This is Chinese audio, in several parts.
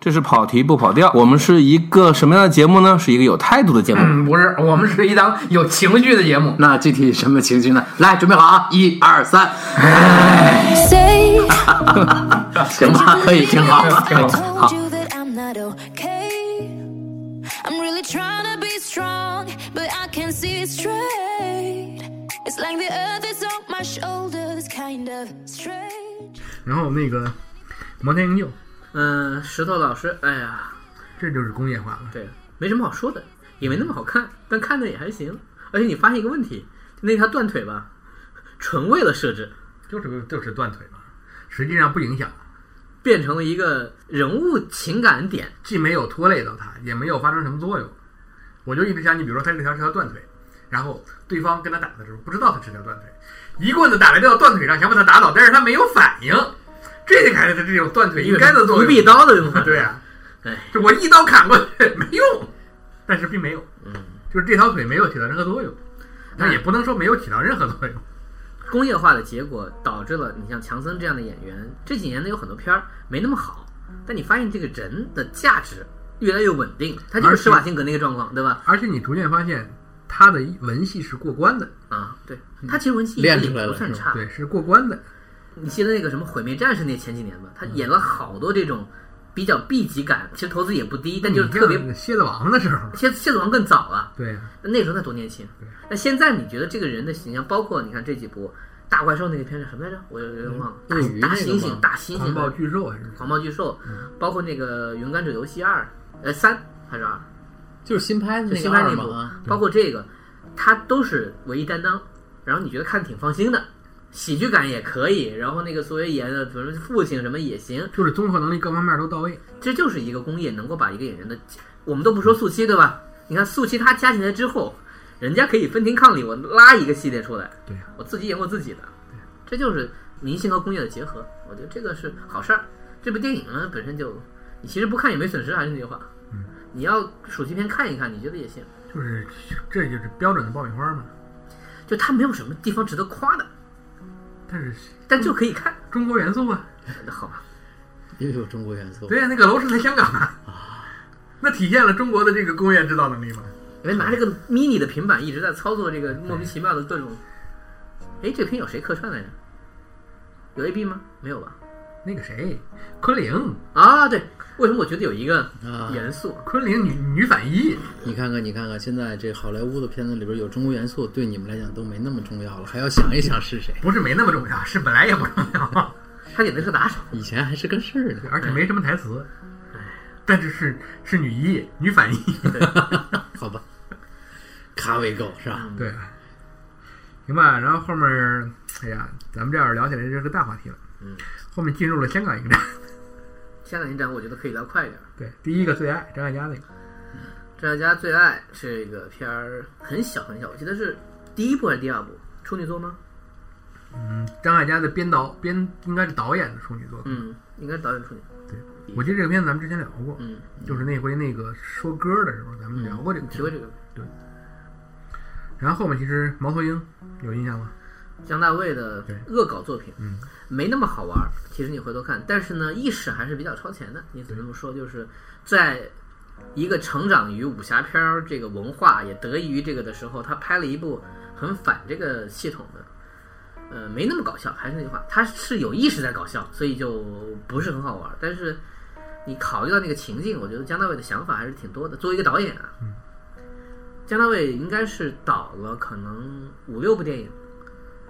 这是跑题不跑调。我们是一个什么样的节目呢？是一个有态度的节目。嗯，不是，我们是一档有情绪的节目。那具体什么情绪呢？来，准备好啊！一二三， Say 行吧，可以，挺好，挺好 told you that I'm not okay. I'm really trying to be strong, but I can't see it straight. It's like the earth is on my shoulders, kind of strange. 然后那个摩天营救，嗯，石头老师，哎呀，这就是工业化了。对，没什么好说的，也没那么好看，但看着也还行。而且你发现一个问题，那条断腿吧，纯为了设置，就是就是断腿嘛，实际上不影响，变成了一个人物情感点。既没有拖累到他，也没有发生什么作用。我就一直想，你比如说他这条是条断腿，然后对方跟他打的时候不知道他是条断腿，一棍子打来到断腿上，想把他打倒，但是他没有反应，这就看出他这种断腿应该的作用。一臂刀的用法。对啊， 哎，就我一刀砍过去没用，但是并没有，嗯就是这条腿没有起到任何作用，但也不能说没有起到任何作用。工业化的结果导致了你像强森这样的演员，这几年呢有很多片儿没那么好，但你发现这个人的价值越来越稳定，他就是施瓦辛格那个状况，对吧？而且你逐渐发现他的文戏是过关的，啊，对，他其实文戏练也出来了不算是吧差。对，是过关的。你记得那个什么《毁灭战士》那前几年吧，他嗯演了好多这种比较 B 级感，其实投资也不低，嗯但就是特别你。像蝎子王的时候，谢谢子王更早了，对啊呀、那时候他多年轻。那现在你觉得这个人的形象，包括你看这几部《大怪兽》那个片是什么来着？我有点忘了。大鳄鱼大嗯那个猩猩吗，大猩猩狂，暴巨兽还是狂暴巨兽，嗯包括那个《勇敢者游戏二》呃三还是二，就是新拍的就那新个拍二那嘛部啊，，包括这个，他都是唯一担当，然后你觉得看得挺放心的，喜剧感也可以，然后那个所谓演的，比如说父亲什么也行，就是综合能力各方面都到位。这就是一个工业能够把一个演员的，我们都不说速七对吧？你看速七他加进来之后，人家可以分庭抗礼，我拉一个系列出来，对呀我自己演我自己的，这就是明星和工业的结合，我觉得这个是好事儿。这部电影呢本身就，你其实不看也没损失，还是那句话，嗯你要暑期片看一看，你觉得也行，就是这就是标准的爆米花嘛。就它没有什么地方值得夸的，但是但就可以看，中国元素啊，好 吧？也有中国元素。对呀、那个楼是在香港啊，那体现了中国的这个工业制造能啊力嘛。因为拿这个 mini 的平板一直在操作这个莫名其妙的各种，哎，这片有谁客串来着？有 AB 吗？没有吧？那个谁，昆凌，啊，对，为什么我觉得有一个啊元素？昆凌女女反一，你看看，你看看，现在这好莱坞的片子里边有中国元素，对你们来讲都没那么重要了，还要想一想是谁。不是没那么重要，是本来也不重要，他给的是打赏，以前还是个事儿呢。而且没什么台词。但是是是女一，女反一， 好吧，咖位够是吧？对，行吧。然后后面儿，哎呀，咱们这样聊起来就是个大话题了。嗯，后面进入了香港影展，香港影展我觉得可以聊快一点。 对，第一个最爱张艾嘉那个，张艾嘉最爱这个片儿很小很小，我记得是第一部还是第二部？处女座吗？嗯，张艾嘉的编导编应该是导演的处女作。嗯，应该是导演处女。我记得这个片子咱们之前聊过，嗯，就是那回那个说歌的时候咱们聊过这个提片过子。这个。然后后面其实猫头鹰有印象吗？江大卫的对恶搞作品，嗯，没那么好玩儿。其实你回头看，但是呢，意识还是比较超前的。你只能这么说，就是在一个成长于武侠片儿这个文化，也得益于这个的时候，他拍了一部很反这个系统的，呃，没那么搞笑。还是那句话，他是有意识在搞笑，所以就不是很好玩儿。但是你考虑到那个情境，我觉得江大卫的想法还是挺多的。作为一个导演啊，江大卫应该是导了可能五六部电影。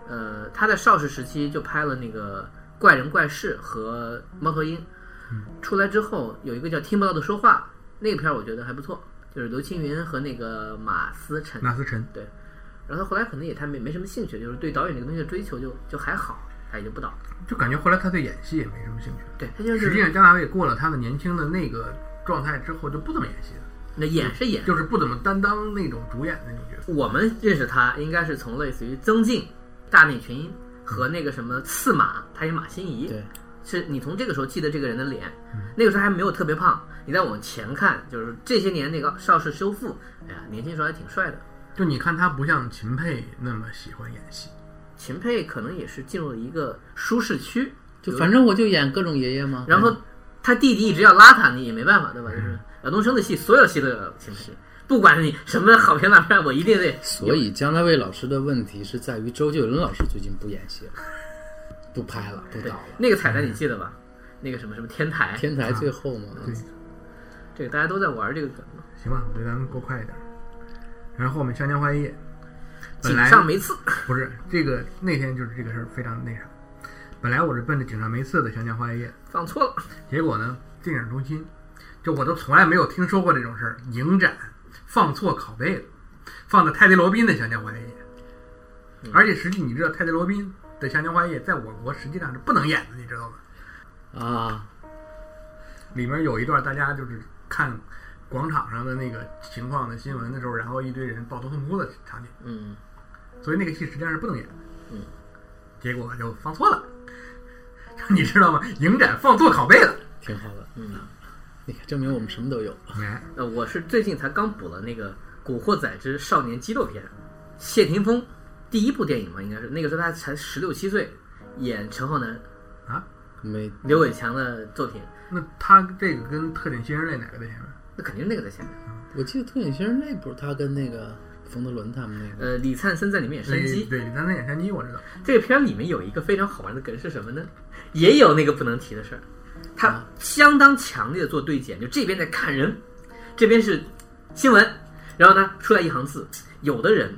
呃，他在邵氏时期就拍了那个《怪人怪事》和《猫头鹰》，出来之后有一个叫《听不到的说话》那个片儿，我觉得还不错，就是刘青云和那个马思辰。纳斯辰，然后他后来可能也他没没什么兴趣，就是对导演这个东西的追求就就还好，他也就不导。就感觉后来他对演戏也没什么兴趣。对他就实际是上，张大卫过了他的年轻的那个状态之后，就不怎么演戏了，那演是演，就是不怎么担当那种主演的那种角色。我们认识他应该是从类似于曾静、大内群英和那个什么刺马，他演马心怡。对，是你从这个时候记得这个人的脸，那个时候还没有特别胖。你再往前看，就是这些年那个邵氏修复，哎呀，年轻时候还挺帅的。就你看他不像秦沛那么喜欢演戏，秦沛可能也是进入了一个舒适区，就反正我就演各种爷爷嘛。嗯然后他弟弟一直要拉他，你也没办法，对吧？就是老东升的戏，所有戏都有情绪，不管你什么好评烂片，我一定得。所以姜大卫老师的问题是在于周杰伦老师最近不演戏了，不拍了，不对导了。那个彩蛋你记得吧？那个什么什么天台，天台最后嘛，对，这个大家都在玩这个梗嘛。行吧，我觉得咱们过快一点。然后我们《少年花夜》，本井来上没次，不是这个那天就是这个事儿非常那啥。本来我是奔着井上没次的《湘江花夜放错了，》，结果呢，电影中心就我都从来没有听说过这种事儿，影展放错拷贝了，放的泰迪罗宾的《湘江花夜》，嗯而且实际你知道泰迪罗宾的《湘江花夜》在我国实际上是不能演的，你知道吗？啊，里面有一段大家就是看广场上的那个情况的新闻的时候，然后一堆人抱头痛哭的场景，嗯，所以那个戏实际上是不能演的。嗯，结果就放错了， 你知道吗？影展放错拷贝了。挺好的。嗯，你看，证明我们什么都有。哎，呃，我是最近才刚补了那个《古惑仔之少年激斗篇》，谢霆锋第一部电影嘛，应该是那个时候他才十六七岁，演陈浩南、没刘伟强的作品，那他这个跟特警新人类哪个在前面？那肯定是那个在前面。我记得特警先生那不是他跟那个冯德伦他们那个，呃，李灿森在里面演山鸡，对，李丹丹演山鸡，我知道。这个片儿里面有一个非常好玩的梗是什么呢？也有那个不能提的事儿，他相当强烈的做对剪，就这边在看人，这边是新闻，然后呢出来一行字：有的人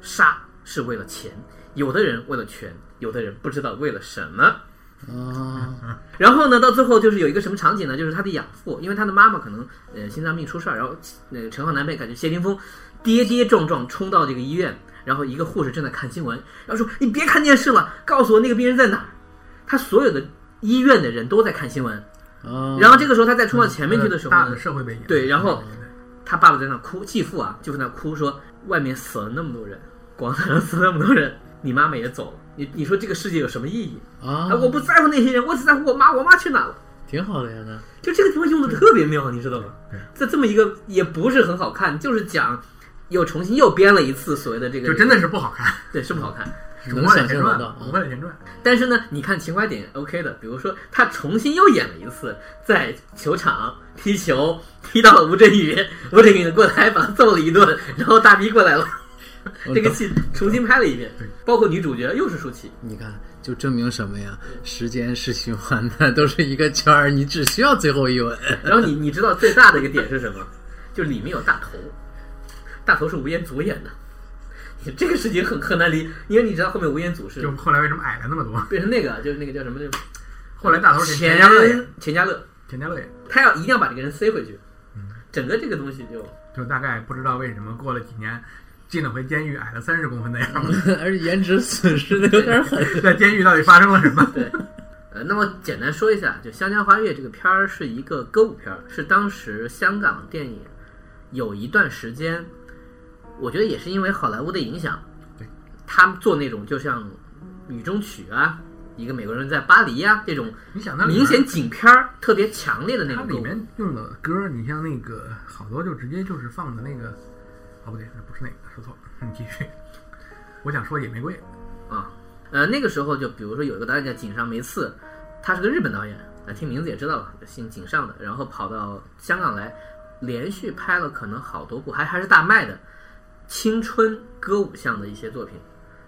杀是为了钱，有的人为了权，有的人不知道为了什么。啊，然后呢，到最后就是有一个什么场景呢？就是他的养父，因为他的妈妈可能呃心脏病出事儿，然后那个陈浩南被感觉谢霆锋跌跌撞撞冲到这个医院，然后一个护士正在看新闻，然后说你别看电视了，告诉我那个病人在哪儿。他所有的医院的人都在看新闻，啊，然后这个时候他再冲到前面去的时候大呢的，社会背景。对，然后他爸爸在那哭，继父啊就在那哭说，外面死了那么多人，广场上死了那么多人，你妈妈也走了，你你说这个世界有什么意义？啊啊，，我不在乎那些人，我只在乎我妈，我妈去哪了？挺好的呀，那就这个地方用的特别妙，你知道吗对？在这么一个也不是很好看，就是讲又重新又编了一次所谓的这个，就真的是不好看，对是不好看。 《能古惑仔想前象得传到》 《古惑仔前传》。但是呢，你看情怀点 OK 的，比如说他重新又演了一次，在球场踢球，踢到了吴镇宇，吴镇宇过来把他揍了一顿，然后大逼过来了，这个戏重新拍了一遍对，包括女主角又是舒淇，你看，就证明什么呀？时间是循环的，都是一个圈儿，你只需要最后一吻。 然后你你知道最大的一个点是什么？就是里面有大头，大头是吴彦祖演的。你这个事情很很难理，因为你知道后面吴彦祖是就后来为什么矮了那么多？变成那个，就是那个叫什么，就是后来大头是钱钱嘉乐演，钱嘉乐，钱嘉乐演。他要一定要把这个人塞回去，嗯整个这个东西就就大概不知道为什么过了几年，进了回监狱，矮了三十公分的样子。而且颜值损失的有点狠。嗯在监狱到底发生了什么？ 对。呃，那么简单说一下，就《湘江花月》这个片儿是一个歌舞片儿，是当时香港电影有一段时间，我觉得也是因为好莱坞的影响，对，他们做那种就像《雨中曲》啊，一个美国人在巴黎啊这种你想它里面明显景片儿特别强烈的那它种歌里舞，面用的歌，你像那个好多就直接就是放的那个，哦不对，那不是那个，说错了，你继续。 我想说野玫瑰，啊，呃，那个时候就比如说有一个导演叫井上梅次，他是个日本导演，啊，听名字也知道了，姓井上的，然后跑到香港来，连续拍了可能好多部，还还是大卖的青春歌舞向的一些作品。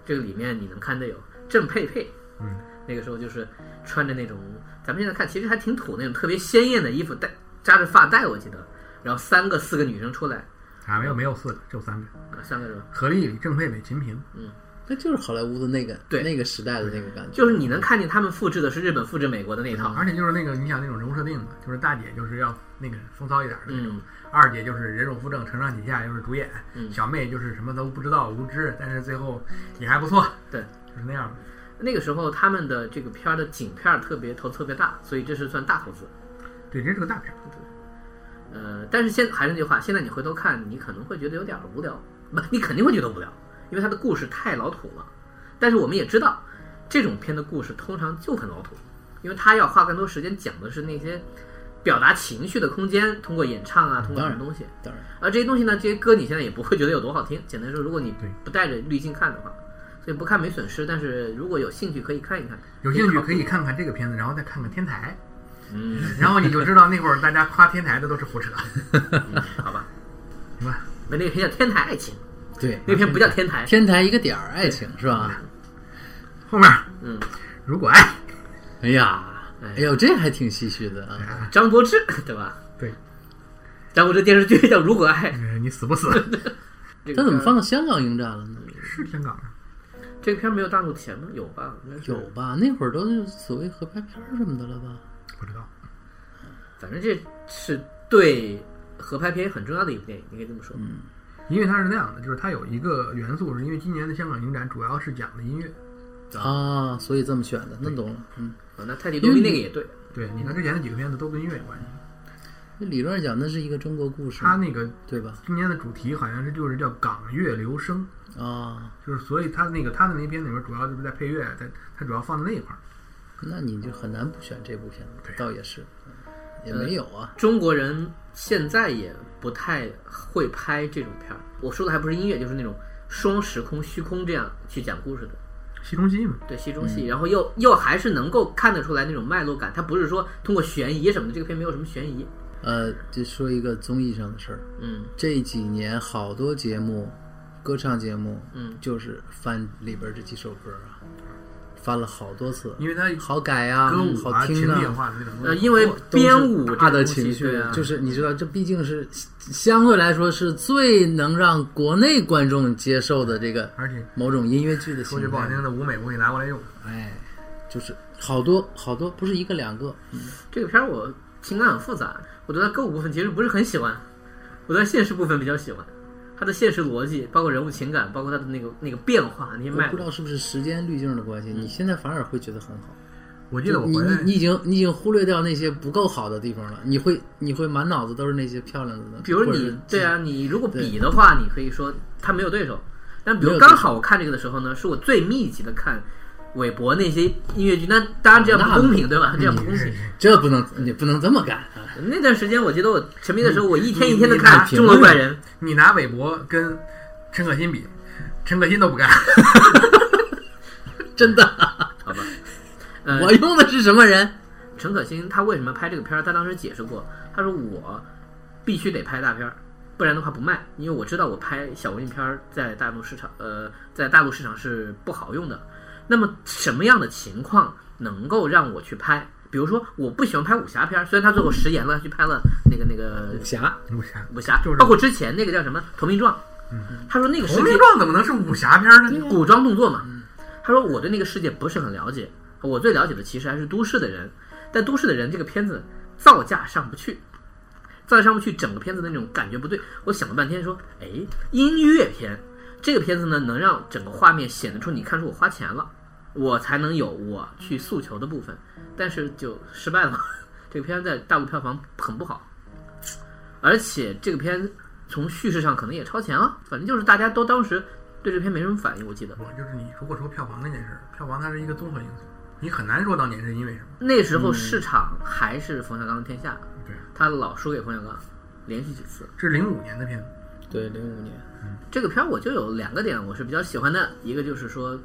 这个里面你能看到有郑佩佩，嗯，那个时候就是穿着那种咱们现在看其实还挺土那种特别鲜艳的衣服，带扎着发带，我记得，然后三个四个女生出来，啊没有没有四个，只有三个，啊，三个人。何丽、郑佩佩、秦萍，嗯那就是好莱坞的那个对那个时代的那个感觉，就是你能看见他们复制的是日本复制美国的那一套，而且就是那个你想那种人物设定的，就是大姐就是要那个风骚一点的那种，嗯，二姐就是人肉夫正，承上启下，又是主演，嗯小妹就是什么都不知道无知，但是最后也还不错，对，就是那样的。那个时候他们的这个片儿的景片儿特别投资特别大，所以这是算大投资。对，这是个大片儿，呃，但是现还是那句话，现在你回头看，你可能会觉得有点儿无聊， 不，你肯定会觉得无聊，因为它的故事太老土了。但是我们也知道，这种片的故事通常就很老土，因为它要花更多时间讲的是那些表达情绪的空间，通过演唱啊，通过什么东西。当然而这些东西呢，这些歌你现在也不会觉得有多好听。简单说，如果你对不带着滤镜看的话，所以不看没损失。但是如果有兴趣，可以看一看。有兴趣可以看看这个片子，然后再看看《天台》。嗯，然后你就知道那会儿大家夸天台的都是胡扯，好吧，明白？那那篇叫《天台爱情》，对，那篇不叫《天台》，天台一个点儿爱情是吧？后面嗯，如果爱，哎呀，哎哎呦，这还挺唏嘘的哎啊！张柏芝对吧？对，张柏芝电视剧叫《如果爱》，呃你死不 死？这个他怎么片儿放到香港影展了呢？是香港的，这个片儿没有大陆钱吗？有吧？应该是有，吧？那会儿都是所谓合拍片儿什么的了吧？不知道。反正这是对合拍片很重要的一部电影，应该这么说。嗯，因为它是那样的，就是它有一个元素，是因为今年的香港影展主要是讲的音乐。啊，所以这么选的，那懂了。嗯，啊那泰迪罗宾那个也对，对你看之前的几个片子都跟音乐有关系。这理论上讲，那是一个中国故事，它啊那个对吧？今年的主题好像是就是叫港乐留声，啊，就是所以它那个它的那片里面主要就是在配乐，在它主要放在那一块儿。那你就很难不选这部片子对，倒也是，嗯也没有啊。中国人现在也不太会拍这种片儿。我说的还不是音乐，就是那种双时空、虚空这样去讲故事的。戏中戏嘛，对戏中嗯戏，然后又又还是能够看得出来那种脉络感，它不是说通过悬疑什么的，这个片没有什么悬疑。呃，就说一个综艺上的事儿，嗯这几年好多节目，歌唱节目，嗯，就是翻里边这几首歌啊，翻了好多次，因为它好嗯改呀、歌舞好啊、情听景啊，化的那种东呃，西，因为都是编舞这大的个东西情绪对嗯啊，就是你知道，这毕竟是相对来说是最能让国内观众接受的这个而且某种音乐剧的说句形不好听态。的，舞美我给你拿过来用。哎，就是好多好多，不是一个两个，这个片儿我情感很复杂，我对它歌舞部分其实不是很喜欢，我对它现实部分比较喜欢。它的现实逻辑，包括人物情感，包括它的那个那个变化那些我脉不知络道，是不是时间滤镜的关系，你现在反而会觉得很好。我记你得我你回来你已经你已经忽略掉那些不够好的地方了，你会你会满脑子都是那些漂亮的东西。比如或者你是对啊，你如果比的话，你可以说它没有对手。但比没如有对刚手好我看这个的时候呢，是我最密集的看韦伯那些音乐剧，那当然这样不公平，对吧？这样不公平。这不能你不能这么干啊！那段时间，我记得我沉迷的时候，我一天一天的嗯你看你《钟楼怪人》， 你拿韦伯跟陈可辛比，陈可辛都不干。 真的， 好吧？呃，我用的是什么人？陈可辛他为什么拍这个片儿？他当时解释过，他说我必须得拍大片儿，不然的话不卖，因为我知道我拍小文艺片儿在大陆市场，呃，在大陆市场是不好用的。那么什么样的情况能够让我去拍？比如说，我不喜欢拍武侠片儿，虽然他最后食言了，去拍了那个那个武侠武侠，武侠就是，包括之前那个叫什么《投名状》，他说那个世红界名状怎么能是武侠片呢？古装动作嘛。他说我对那个世界不是很了解，我最了解的其实还是都市的人，但都市的人这个片子造价上不去，造价上不去，整个片子的那种感觉不对。我想了半天说，哎，音乐片这个片子呢，能让整个画面显得出你看出我花钱了，我才能有我去诉求的部分，但是就失败了。这个片在大陆票房很不好，而且这个片从叙事上可能也超前了，反正就是大家都当时对这片没什么反应，我记得。我就是你，如果说票房那件事儿，票房它是一个综合因素，你很难说当年是因为什么。那时候市场还是冯小刚的天下，对，他老输给冯小刚，连续几次。这是零五年的片子，对，零五年这个片儿我就有两个点我是比较喜欢的，一个就是说，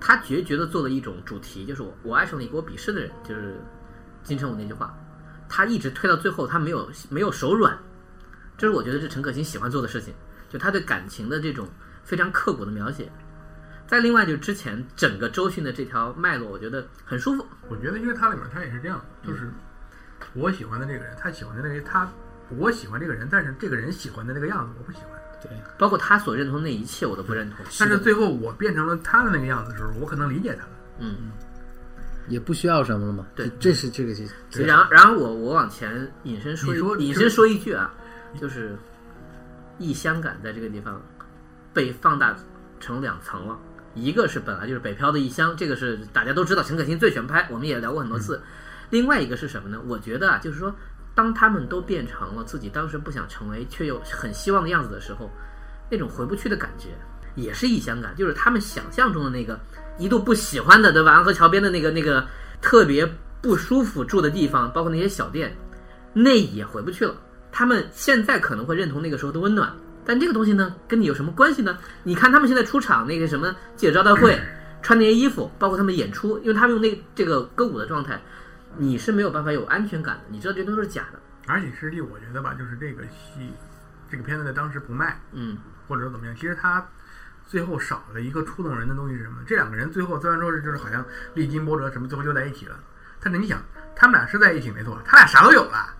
他决绝的做了一种主题，就是我我爱上了一个我鄙视的人，就是金城武那句话，他一直推到最后，他没有没有手软，这是我觉得这陈可辛喜欢做的事情，就他对感情的这种非常刻骨的描写。再另外就是之前整个周迅的这条脉络，我觉得很舒服，我觉得因为它里面它也是这样的，就是我喜欢的这个人，他喜欢的那个人他。我喜欢这个人，但是这个人喜欢的那个样子我不喜欢。对，包括他所认同的那一切我都不认同。但是最后我变成了他的那个样子的时候，我可能理解他了。嗯，也不需要什么了嘛。对这是这个这这然后然后我我往前引申说一你说引申说一句啊，就是异乡感在这个地方被放大成两层了。一个是本来就是北漂的异乡，这个是大家都知道，陈可辛最喜欢拍，我们也聊过很多次。另外一个是什么呢？我觉得啊，就是说，当他们都变成了自己当时不想成为却又很希望的样子的时候，那种回不去的感觉，也是异乡感，就是他们想象中的那个一度不喜欢的，对吧？安河桥边的那个那个特别不舒服住的地方，包括那些小店，那也回不去了。他们现在可能会认同那个时候的温暖，但这个东西呢，跟你有什么关系呢？你看他们现在出场那个什 么记者招待会，穿那些衣服，包括他们演出，因为他们用那这个歌舞的状态，你是没有办法有安全感的，你知道这东西是假的。而且实际我觉得吧，就是这个戏，这个片子在当时不卖，嗯，或者说怎么样，其实它最后少了一个触动人的东西是什么？这两个人最后虽然说是就是好像历经波折什么，最后又在一起了，但是你想，他们俩是在一起没错，他俩啥都有了，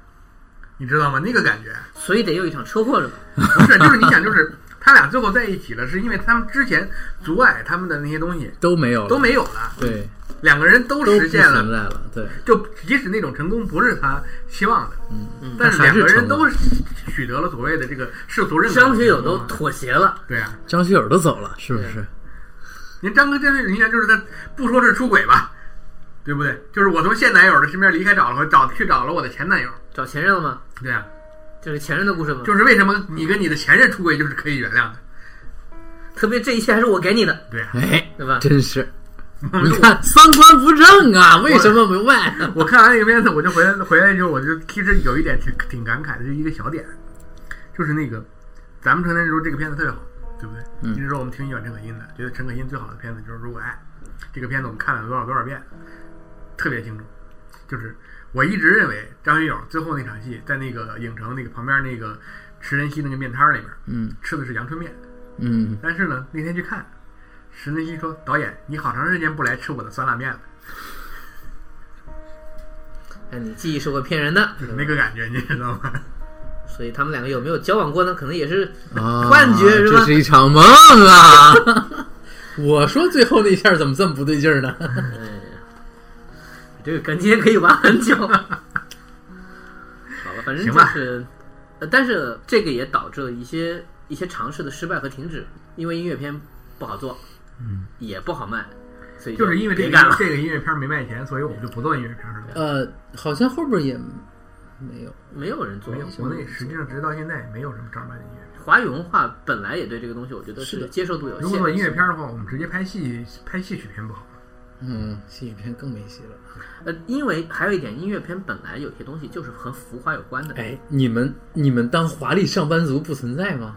你知道吗？那个感觉所以得有一场车祸是吧？不是，就是你想，就是他俩最后在一起了，是因为他们之前阻碍他们的那些东西都没有了都没有了，对，两个人都都不实存现在了。了，对，就即使那种成功不是他希望的，嗯但是还两是个人成功都取得了所谓的这个世俗认可。张学友都妥协了，对啊，张学友都走了，是不是？您张哥这是你想就是他不说是出轨吧，对不对？就是我从现男友的身边离开找了，找去找了我的前男友。找前任了吗？对啊，这是前任的故事吗？就是为什么你跟你的前任出轨就是可以原谅的？特别这一切还是我给你的，对啊，哎，对吧？真是，你看三观不正啊，为什么不卖？ 我看完那个片子，我就回来回来之后，我就其实有一点挺挺感慨的，就一个小点，就是那个咱们成天说这个片子特别好，对不对？一直说我们挺喜欢陈可辛的，觉得陈可辛最好的片子就是《如果爱》，哎这个片子我们看了多少多少遍，特别清楚。就是我一直认为张学友最后那场戏，在那个影城那个旁边那个食人溪那个面摊儿里边，嗯吃的是阳春面，嗯，但是呢，那天去看，石林熙说：“导演，你好长时间不来吃我的酸辣面了。”哎，你记忆是会骗人的，就是那个感觉，你知道吗？所以他们两个有没有交往过呢？可能也是啊，幻觉是吧这是一场梦啊！ 我说最后那一下怎么这么不对劲儿 呢？这个感觉可以玩很 久。好吧，反正行就吧是，呃，但是这个也导致了一些一些尝试的失败和停止，因为音乐片不好做，嗯，也不好卖，所以就是因为这别个干 了。这个音乐片没卖钱，所以我们就不做音乐片了。呃，好像后边也没有，没有人做没有，国内实际上直到现在也没有什么正儿八经音乐片。华语文化本来也对这个东西，我觉得是的接受度有如果做音限。乐片的话，我们直接拍戏拍戏曲片不好吗？嗯，戏剧片更没戏了。呃，因为还有一点，音乐片本来有些东西就是和浮华有关的。哎，你们你们当华丽上班族不存在吗？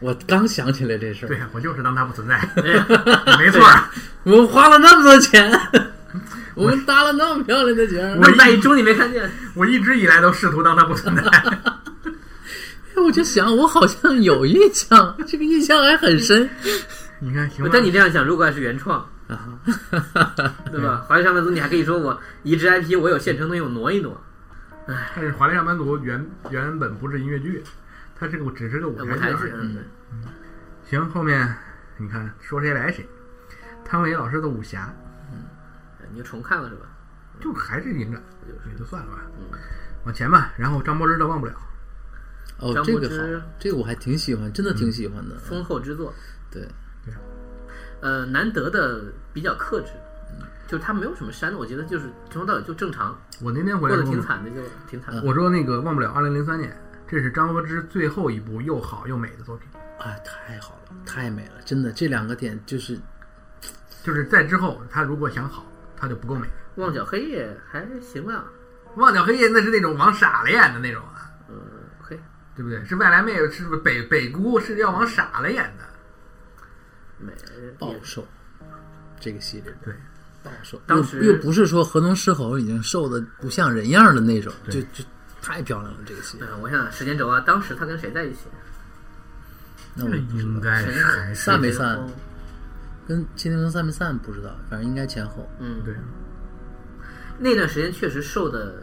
我刚想起来这事对啊儿，呀，我就是当它不存在，对呀， 没错儿。我们花了那么多钱， 我们搭了那么漂亮的景儿，我那一中你没看见？我一直以来都试图当它不存在。 哎我就想，我好像有印象，这个印象还很深你看，行吗？但你这样想，如果要是原创，啊。 对吧？华丽上班族，你还可以说我移植 IP，我有现成东西，我挪一挪。但是《华丽上班族》原原本不是音乐剧，它是个只是个舞呃台舞台剧而剧，已。嗯，对行，后面你看说谁来谁，汤唯老师的武侠呃你就重看了是吧？就还是赢了，也就算了吧嗯。往前吧，然后张柏芝的忘不了，哦张，这柏个芝好，这个我还挺喜欢，真的挺喜欢的。丰厚之作，对，呃，难得的比较克制，就是他没有什么煽的，我觉得就是从头到尾就正常，我那天回过来得跟我挺们惨的，就挺惨的。我说那个忘不了，二零零三年，这是张柏芝最后一部又好又美的作品，啊，太好了，太美了，真的，这两个点就是就是在之后，她如果想好，她就不够美。旺角黑夜还行吧，忘掉黑夜那是那种往傻了演的那种啊，嗯，可以。对不对？是外来妹，是不是北北姑是要往傻了演的。美暴瘦，这个系列对，暴瘦，当又时又不是说河东狮吼已经瘦的不像人样的那种，就对就太漂亮了这个戏嗯，我想想时间轴啊，当时他跟谁在一起？那这我应该谁还是散没散？跟《七天风散没散》不知道，反正应该前后。嗯，对，那段时间确实瘦的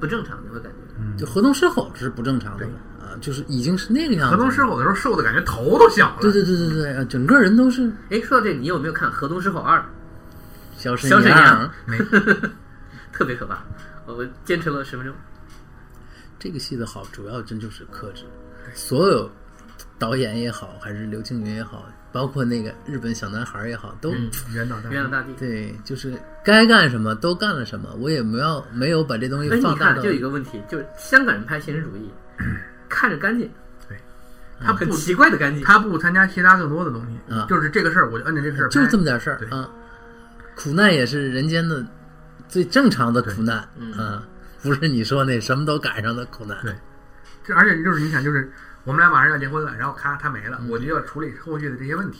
不正常，你会感觉。就河东狮吼是不正常的了啊，就是已经是那个样河子了。东狮吼的时候瘦的感觉头都小了。对对对对对，啊整个人都是哎，说到这，你有没有看《河东狮吼二》？ 小沈小沈阳阳。没特别可怕，我我坚持了十分钟。这个戏的好，主要真就是克制，所有导演也好，还是刘青云也好，包括那个日本小男孩也好，都、袁导大鸳鸯大帝。嗯对，就是该干什么都干了什么，我也没有没有把这东西哎，你放大看，到就有一个问题，就是香港人拍现实主义，看着干净，嗯他不很奇怪的干净。他不参加其他更多的东西，啊就是这个事儿我就摁着这个事儿就是拍这么点事儿对啊。苦难也是人间的最正常的苦难嗯啊，不是你说那什么都赶上的苦难。对这而且就是你想，就是我们俩马上要结婚了，然后咔他没了，嗯我就要处理后续的这些问题。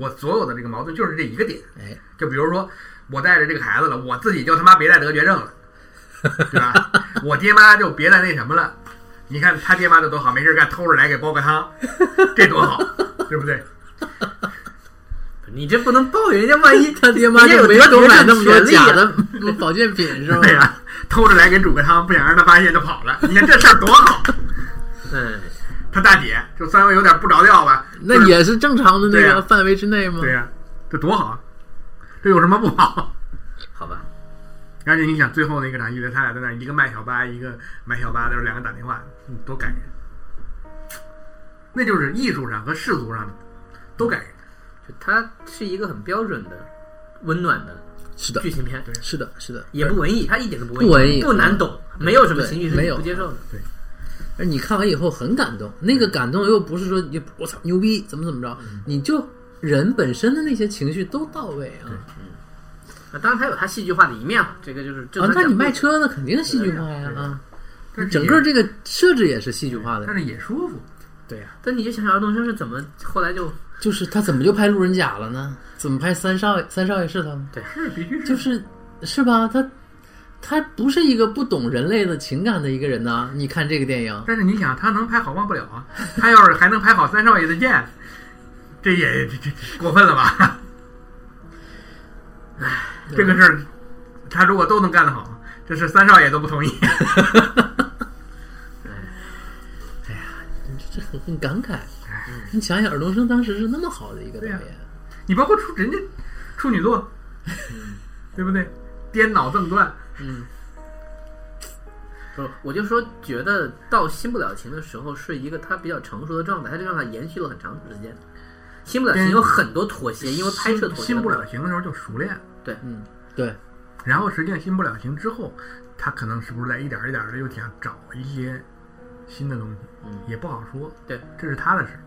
我所有的这个矛盾就是这一个点，哎，就比如说我带着这个孩子了，我自己就他妈别再得绝症了，对吧？我爹妈就别再那什么了。你看他爹妈这多好，没事干偷着来给煲个汤，这多好，对不对？你这不能抱怨人家，万一 他爹妈人家就有没得准着买那么多权利假啊的 嗯保健品是吧？对呀、偷着来给煮个汤，不想让他发现就跑了。你看这事儿多好！哎，他大姐就稍微有点不着调吧，就那是也是正常的那对个呀范围之内吗？对呀、这多好，啊这有什么不好？好吧，而且你想，最后那个场戏，他俩在那儿一个卖小巴，一个买小巴，就是两个打电话，嗯多感人。那就是艺术上和世俗上都感人。就它是一个很标准的温暖的是的剧，情片，是的，是的。也不文艺，它一点都不不文艺，艺不难懂，没有什么对情绪是没你有不接受的。而你看完以后很感动，那个感动又不是说你我操牛逼怎么怎么着，你就人本身的那些情绪都到位啊。那当然，它有它戏剧化的一面嘛，这个就是正啊，常那讲你故事。卖车那肯定戏剧化呀对啊！但是整也个，这个设置也是戏剧化的但，是也舒服。对呀、但你就想想儿童生是怎么后来就就是他怎么就拍路人甲了呢？怎么拍三少爷？三少爷是他吗？是必须是就是是吧？他他不是一个不懂人类的情感的一个人呐、你看这个电影，但是你想，他能拍好忘不了啊！他要是还能拍好三少爷的剑，这也这这这过分了吧？这个事儿，他如果都能干得好，这是三少爷都不同意。这很很感慨。你想想，尔冬升当时是那么好的一个导对呀演，你包括处人家处女座，嗯对不对？颠倒锃断，不，我就说觉得到新不了情的时候是一个他比较成熟的状态，他这状态延续了很长时间。新不了情有很多妥协，因为拍摄妥协新不了情的时候就熟练，嗯，对，然后实际上新不了情之后，他可能是不是在一点儿一点的又想找一些新的东西，也不好说。嗯对，这是他的事儿。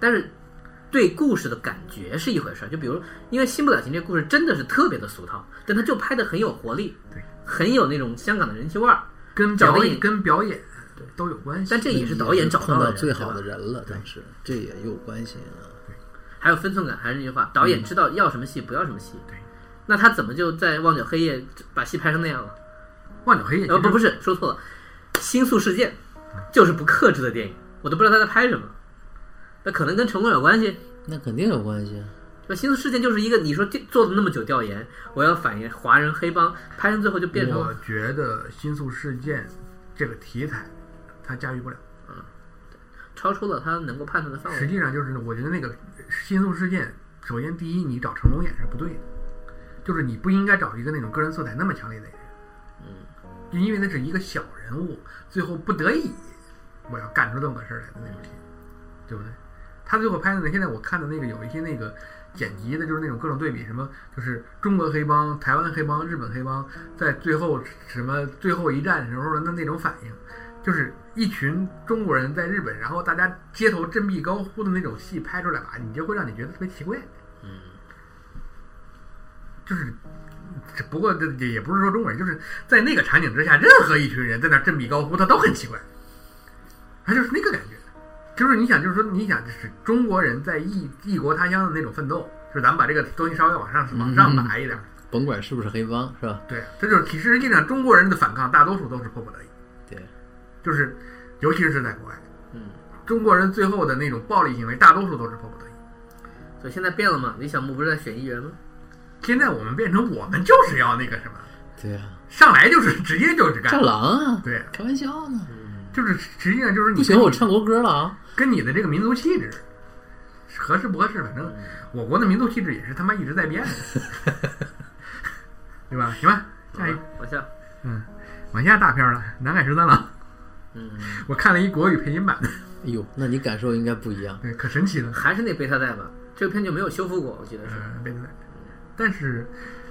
但是对故事的感觉是一回事儿。就比如，因为《新不了情》这故事真的是特别的俗套，但它就拍的很有活力，对，很有那种香港的人气味儿。跟表表演演跟表演都有关系。但这也是导演找碰到的最好的人。人了，当时这也有关系啊。对吧还有分寸感，还是那句话，导演知道要什么戏，不要什么戏。嗯对，那他怎么就在《望角黑夜》把戏拍成那样了？万柳黑也呃，不，不是是，说错了，《星宿事件》就是不克制的电影，我都不知道他在拍什么。那可能跟成功有关系。那肯定有关系啊。那《星宿事件》就是一个你说这做了那么久调研，我要反映华人黑帮，拍成最后就变成我觉得《新宿事件》这个题材他驾驭不了。超出了他能够判断的范实围。际上就是，我觉得那个《新宿事件》，首先第一，你找成龙演是不对的，就是你不应该找一个那种个人色彩那么强烈的演员，嗯，就因为那是一个小人物，最后不得已我要干出这么个事儿来的那种戏，对不对？他最后拍的那，现在我看的那个有一些那个剪辑的，就是那种各种对比，什么就是中国黑帮、台湾黑帮、日本黑帮，在最后什么最后一战时候的那种反应，就是一群中国人在日本，然后大家街头振臂高呼的那种戏拍出来吧，你就会让你觉得特别奇怪。嗯，就是，只不过这也也不是说中国人，就是在那个场景之下，任何一群人在那振臂高呼，他都很奇怪，他就是那个感觉。就是你想，就是说，你想，就是中国人在异异国他乡的那种奋斗，就是咱们把这个东西稍微往上往上嗯拔一点儿，甭管是不是黑帮，是吧？对，啊这就是其实际上中国人的反抗，大多数都是迫不得已。对，就是尤其是在国外，嗯，中国人最后的那种暴力行为，大多数都是迫不得已。所以现在变了嘛？李小牧不是在选艺人吗？现在我们变成我们就是要那个什么，对啊，上来就是直接就是干战，狼啊，对，嗯开玩笑呢。就是实际上就是你不行，我唱国歌了啊。跟你的这个民族气质合适不合适，反正嗯我国的民族气质也是他妈一直在变的， 对吧？行吧，下一啊好吧往下，嗯，往下大片了，《南海十三郎》。嗯， 我看了一国语配音版的，哎呦，那你感受应该不一样。对，可神奇了。还是那贝塔代吧，这个片就没有修复过，我记得是。呃，贝斯带。但是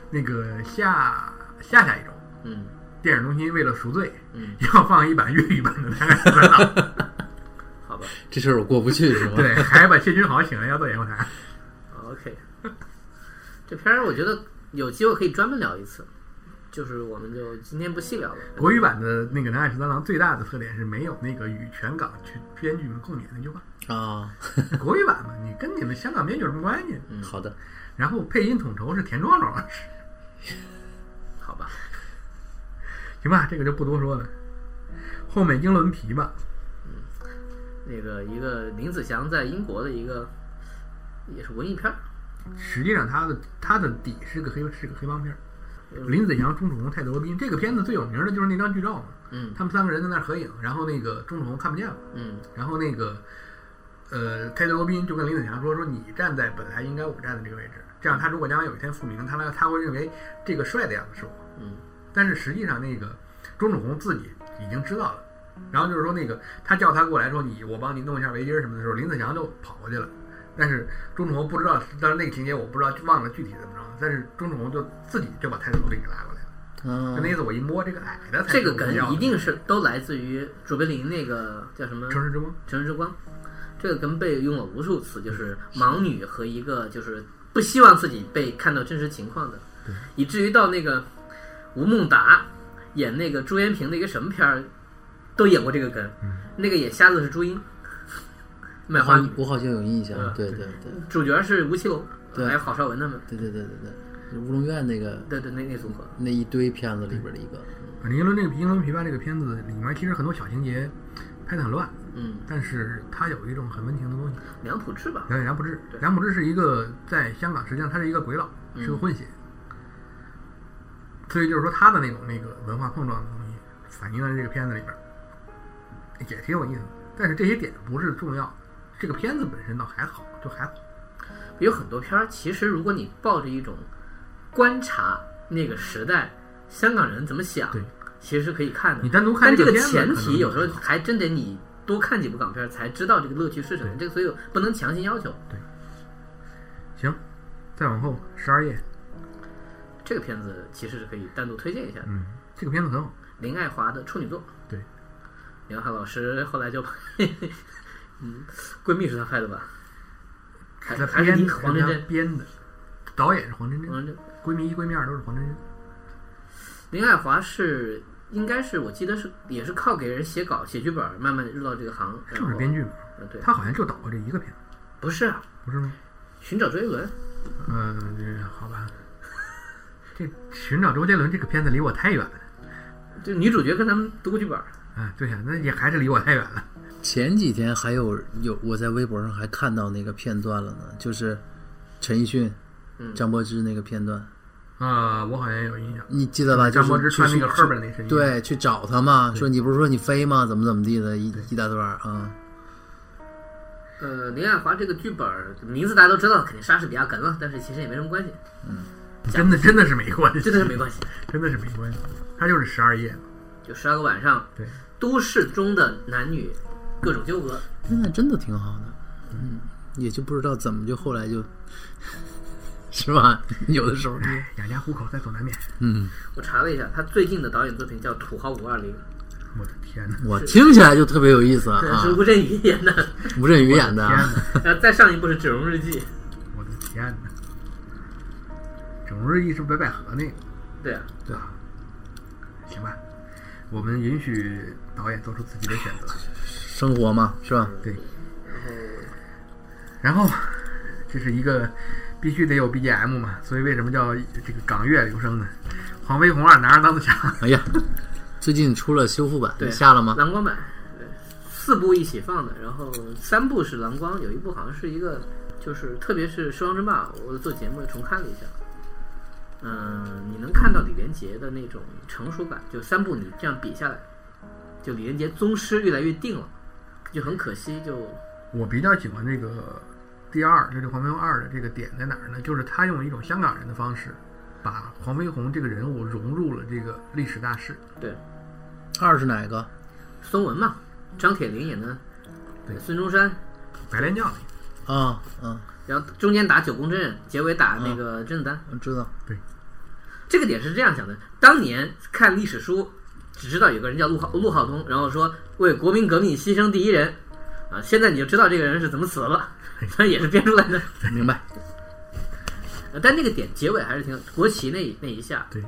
那个下下下一周，嗯电影中心为了赎罪，嗯， 要放一版粤语版的《南海十三郎》， 好吧这事儿我过不去是吧？对，还把谢君豪请来要做演后台。 ，OK。这片儿我觉得有机会可以专门聊一次，就是我们就今天不细聊了。国语版的那个《南海十三郎》最大的特点是没有那个与全港全编剧们共勉那句话。啊，嗯国语版嘛，你跟你们香港编剧有什么关系？好的，然后配音统筹是田壮壮老师，好吧，行吧，这个就不多说了。后面英伦琵吧，那个一个林子祥在英国的一个也是文艺片儿，实际上它的它的底是个黑是个黑帮片儿。林子祥、钟楚红、泰德罗宾，这个片子最有名的就是那张剧照嘛，嗯他们三个人在那儿合影，然后那个钟楚红看不见了，嗯然后那个呃泰德罗宾就跟林子祥说说你站在本来应该我站的这个位置，这样他如果将来有一天复明，他来他会认为这个帅的样子是我，嗯但是实际上那个钟楚红自己已经知道了，然后就是说那个他叫他过来说你我帮你弄一下围巾儿什么的时候，林子祥就跑过去了，但是钟楚红不知道，但是那个情节我不知道忘了具体怎么着，但是钟楚红就自己就把泰德罗宾给拉过来了，就嗯那意思我一摸这个矮的才这是个我梗要的一定是都来自于卓别林那个叫什么城市之光，城市之光，这个梗被用了无数次，就是盲女和一个就是不希望自己被看到真实情况的，以至于到那个吴孟达演那个朱延平的一个什么片儿，都演过这个梗。那个演瞎子是朱茵，嗯 卖我花好女，我好像有印象，嗯对对对主角是吴奇隆，对还有郝邵文他们，对对对对对，乌龙院那个对对，那那组合，那一堆片子里边的一个，反正英伦啊这个英伦琵琶这个片子里面其实很多小情节拍的很乱，嗯，但是它有一种很温情的东西。梁普志吧，梁梁不治，对嗯梁不治是一个在香港，实际上他是一个鬼佬，是个混血，所以就是说他的那种那个文化碰撞的东西，反映在这个片子里边儿，也挺有意思的。但是这些点不是重要，这个片子本身倒还好，就还好。有很多片儿，其实如果你抱着一种观察那个时代香港人怎么想对，其实是可以看的。你单独看但这这个个片子前可能提，有时候还好还真得你多看几部港片儿才知道这个乐趣是什么。这个所以不能强行要求。行，再往后十二页，这个片子其实是可以单独推荐一下的，嗯，这个片子很好，林爱华的处女作。对，林爱华老师后来就， 嗯，闺蜜是她拍的吧？还在还是编你的黄真真，编的，导演是黄真真，黄真真。闺蜜一、闺蜜二都是黄真真。林爱华是应该是我记得是也是靠给人写稿写剧本儿，慢慢地入到这个行。然就后是编剧嘛，呃对，他好像就导过这一个片子，不是啊，不是吗？寻找追轮，嗯，这好吧。 这《寻找周杰伦》这个片子离我太远了。就女主角跟他们读过剧本儿。啊，对呀、那也还是离我太远了。前几天还有有我在微博上还看到那个片段了呢，就是陈奕迅、嗯张柏芝那个片段，啊，我好像有印象。你记得吧？就是嗯张柏芝穿那个去去 Herb 那身衣，，对，去找他嘛，说你不是说你飞吗？怎么怎么地的，一一大段儿啊。呃，林爱华这个剧本儿名字大家都知道，肯定莎士比亚梗了，但是其实也没什么关系，真的真的是没关系，真的是没关系。系，真的是没关系。它就是十二页，就十二个晚上，对，都市中的男女各种纠葛，现在真的挺好的，嗯，也就不知道怎么就后来就， 是吧？有的时 候就，养家糊口在所难免。嗯，我查了一下，他最近的导演作品叫《土豪五二零》，我的天哪！我听起来就特别有意思啊对，啊是！吴镇宇演的，吴镇宇演的天啊，哪！然后再上一部是《整容日记》，我的天哪！整容日记是不是白百合那个，对啊，对吧？行吧，我们允许导演做出自己的选择。生活嘛，是吧？对，然后，这是一个必须得有 BGM 嘛，所以为什么叫这个港乐留声呢？黄飞鸿二拿着当自强，哎 呀，最近出了修复版，对你下了吗？蓝光版，对，四部一起放的，然后三部是蓝光，有一部好像是一个，就是特别是《狮王争霸》，我做节目重看了一下。嗯，你能看到李连杰的那种成熟感，就三部你这样比下来，就李连杰宗师越来越定了，就很可惜，就我比较喜欢这个第二，就是黄飞鸿二的这个点在哪儿呢？就是他用一种香港人的方式，把黄飞鸿这个人物融入了这个历史大势。对二是哪个？孙文嘛，张铁林演的对孙中山，白莲教那个，啊啊，然后中间打九宫阵，结尾打那个甄子丹，我知道，这个点是这样想的：当年看历史书，只知道有个人叫陆浩陆浩东，然后说为国民革命牺牲第一人，啊，现在你就知道这个人是怎么死的了， 他也是编出来的。 明白。呃但那个点结尾还是挺有国旗那一那一下对，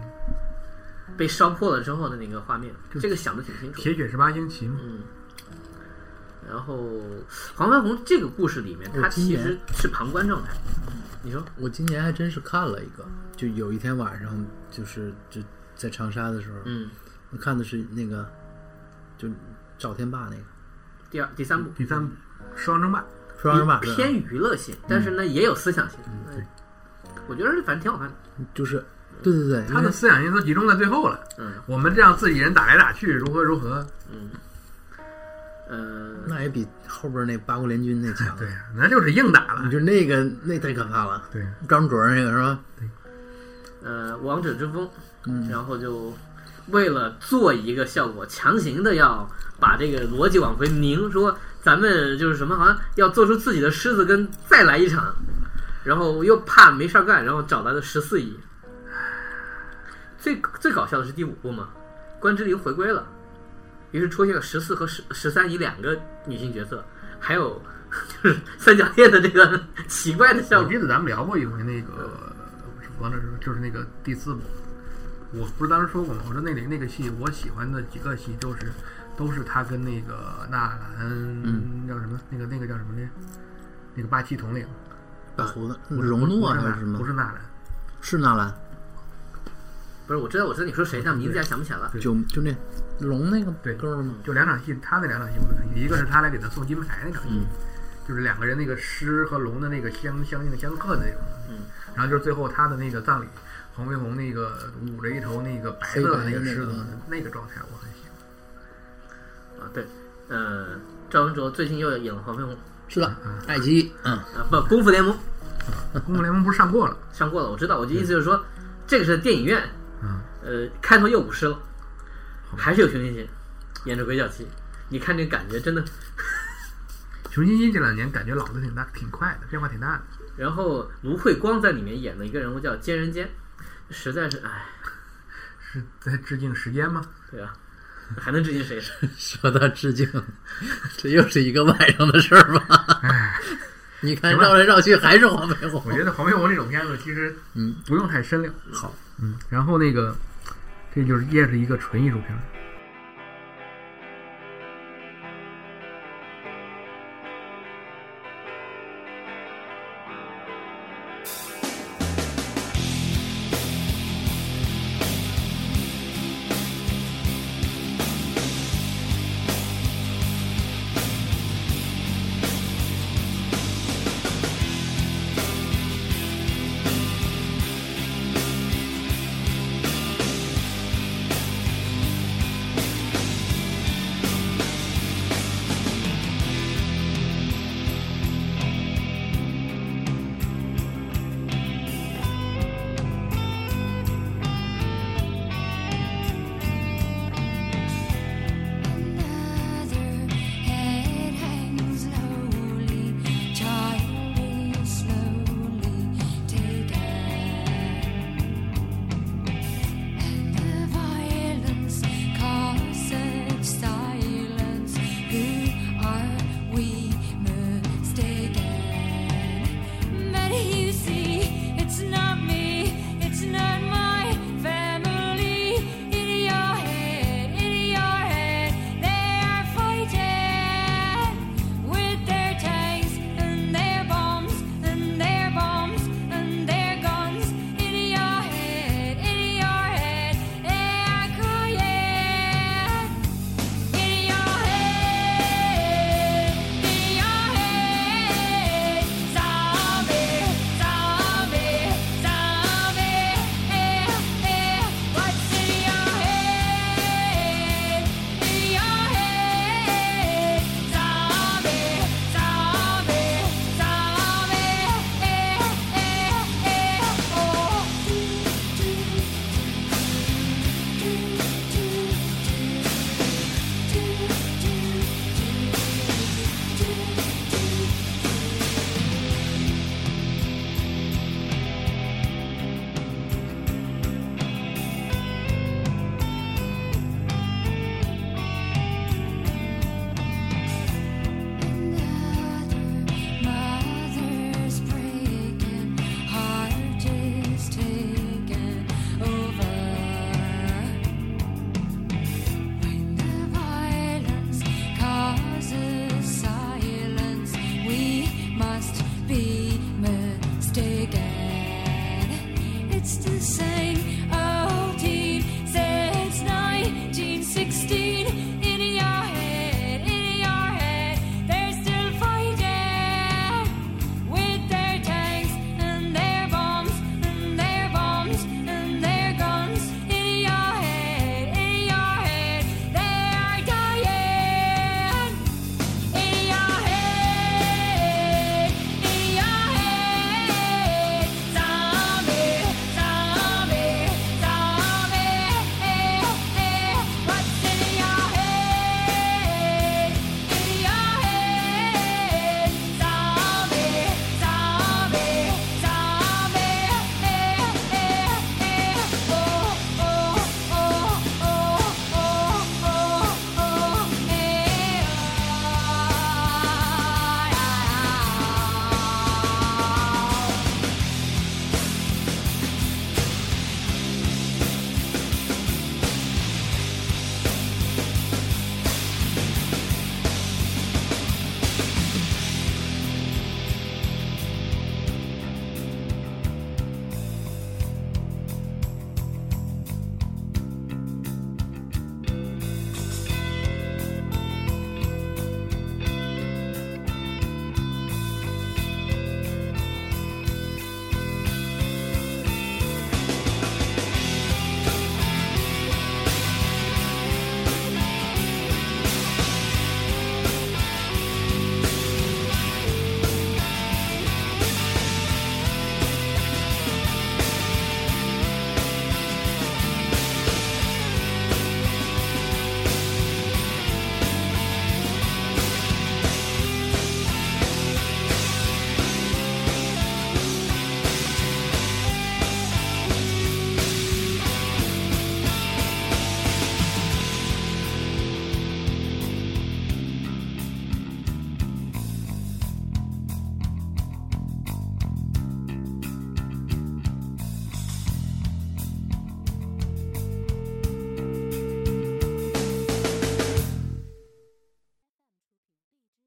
被烧破了之后的那个画面，这个想的挺清楚。铁血十八星旗嘛。嗯，然后黄飞鸿这个故事里面，我他今其年实是旁观状态。你说 我今年还真是看了一个，就有一天晚上，就是就在长沙的时候，嗯我看的是那个，就赵天霸那个第二、第三部第三部《狮王争霸》， 《双人马》是吧偏娱乐性，但是呢也有思想性。嗯，我觉得反正挺好看的。就是对对对，因他为的思想因素集中在最后了。嗯，我们这样自己人打来打去，如何如何？呃，那也比后边那八国联军那 强。对，呀，那就是硬打你了。就那个那太可怕了，对，张卓那个是吧？呃，王者之风，然后就为了做一个效果，强行的要把这个逻辑往回拧，说咱们就是什么，好像要做出自己的狮子跟再来一场，然后又怕没事儿干，然后找来了十四亿。最最搞笑的是第五部嘛，关之琳回归了，于是出现了十四和十十三姨两个女性角色，还有就是三角恋的这个 奇怪的效我果。记得咱们聊过一回那个王者之，就是那个第四部。我不是当时说过吗？我说那里那个戏，我喜欢的几个戏都是都是他跟那个纳嗯兰叫什么那个那个叫什么来着？那个八旗统领大胡子，荣不嗯诺是还纳是什么不？是纳兰，是纳兰，不是，我知道，我知道你说谁，但名字一下想不起来了。就就那龙那个对嗯哥们儿吗？就两场戏，他那两场戏我都看，一个是他来给他送金牌那场戏，就是两个人那个狮和龙的那个相相应的相克的那种，嗯，然后就是最后他的那个葬礼，黄飞鸿那个捂着一头那个白色的那个狮黑白的子那那个，个状态我很喜欢。啊，对，呃，赵文卓最近又演了黄飞鸿，是的，爱奇艺，嗯， 啊，不，《功夫联盟功夫联盟不是上过了，》上过了，我知道，我的意思就是说，这个是电影院，嗯，呃，开头又舞狮了，还是有熊欣欣演着鬼脚七，你看这感觉真的。熊欣欣这两年感觉老的挺大，挺快的，变化挺大的。然后卢慧光在里面演了一个人物叫菅人坚，实在是，哎，是在致敬时间吗？对啊，还能致敬谁？说到致敬，这又是一个晚上的事儿吧？ 你看绕来绕去还是黄飞我鸿，觉得黄飞鸿这种片子其实，嗯，不用太深聊。好，嗯，然后那个，这就是也是一个纯艺术片儿，eh, eh, oh. eh,